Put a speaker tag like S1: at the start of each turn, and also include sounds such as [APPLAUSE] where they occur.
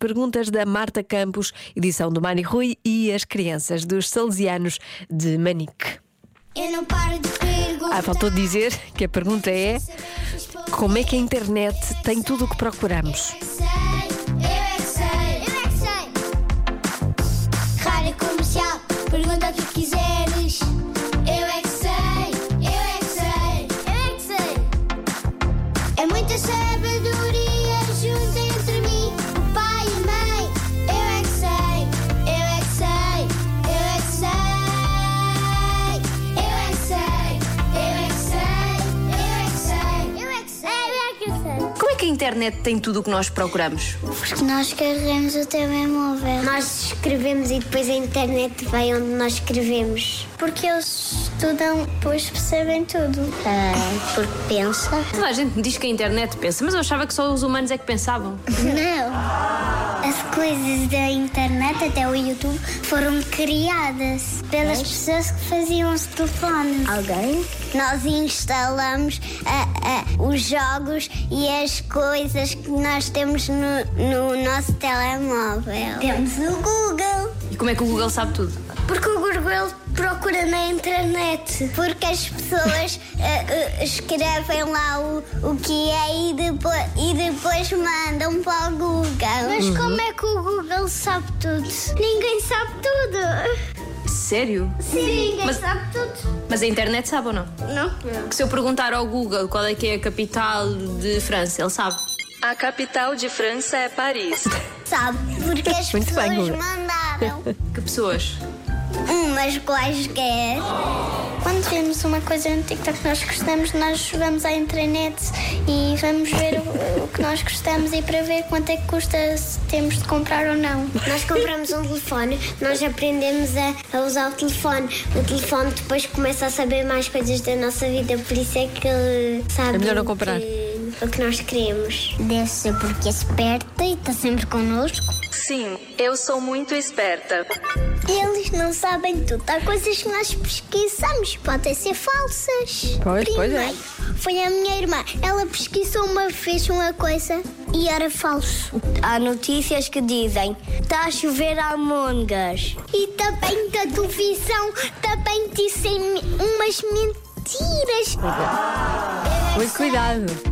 S1: Perguntas da Marta Campos, edição do Mani Rui e as crianças dos Salesianos de Manique.
S2: Eu não paro de perguntar.
S1: Ah, faltou dizer que a pergunta é: como é que a internet tem tudo o que procuramos?
S2: Sei, eu é que sei. Eu é que sei. Rádio comercial, pergunta o que quiseres. Eu é que sei, eu é que sei. Eu é que sei. É muita sabedoria junta entre mim, o pai e a mãe. Eu é que sei, eu é que sei. Eu é que sei. Eu é que sei. Eu é que sei. Eu é que sei. Eu é que sei. Eu é que sei.
S3: Como é que a internet tem tudo o que nós procuramos?
S2: Porque nós carregamos o telemóvel. Nós escrevemos e depois a internet vai onde nós escrevemos. Porque eles estudam, depois percebem tudo. Ah, porque pensa.
S3: Toda a gente me diz que a internet pensa, mas eu achava que só os humanos é que pensavam.
S2: Não. As coisas da internet, até o YouTube, foram criadas pelas pessoas que faziam os telefones. Alguém? Nós instalamos ah, ah, os jogos e as coisas que nós temos no, no nosso telemóvel. Temos o Google.
S3: E como é que o Google sabe tudo?
S2: Porque o Google procura na internet. Porque as pessoas [LAUGHS] eh, eh, escrevem lá o, o que é e depois, e depois mandam para o Google. Mas
S1: Uhum.
S2: como é que o Google sabe tudo? Ninguém sabe tudo.
S3: Sério?
S2: Sim, ninguém
S3: Mas-
S2: sabe tudo.
S3: Mas a internet sabe ou não?
S2: Não?
S3: Que se eu perguntar ao Google qual é que é a capital de França, ele sabe.
S4: A capital de França é Paris.
S2: Sabe, porque as
S1: Muito
S2: pessoas
S1: bem, Google. [LAUGHS]
S2: mandaram.
S3: Que pessoas?
S2: umas quaisquer. Quando vemos uma coisa no TikTok que nós gostamos, nós vamos à internet e vamos ver o, o que nós gostamos e para ver quanto é que custa se temos de comprar ou não. Nós compramos um telefone, nós aprendemos a, a usar o telefone. O telefone depois começa a saber mais coisas da nossa vida, por isso é que ele sabe
S1: É melhor não comprar.
S2: que- o que nós queremos. Deve ser porque é esperta e está sempre connosco.
S4: Sim, eu sou muito esperta.
S2: Eles não sabem tudo. Há coisas que nós pesquisamos, podem ser falsas.
S1: Pois,
S2: Primeiro,
S1: pois é.
S2: Foi a minha irmã. Ela pesquisou uma vez uma coisa e era falso. Há notícias que dizem está a chover almongas. E também da televisão
S1: é.
S2: também dizem umas mentiras. é
S1: Muito cuidado.
S2: é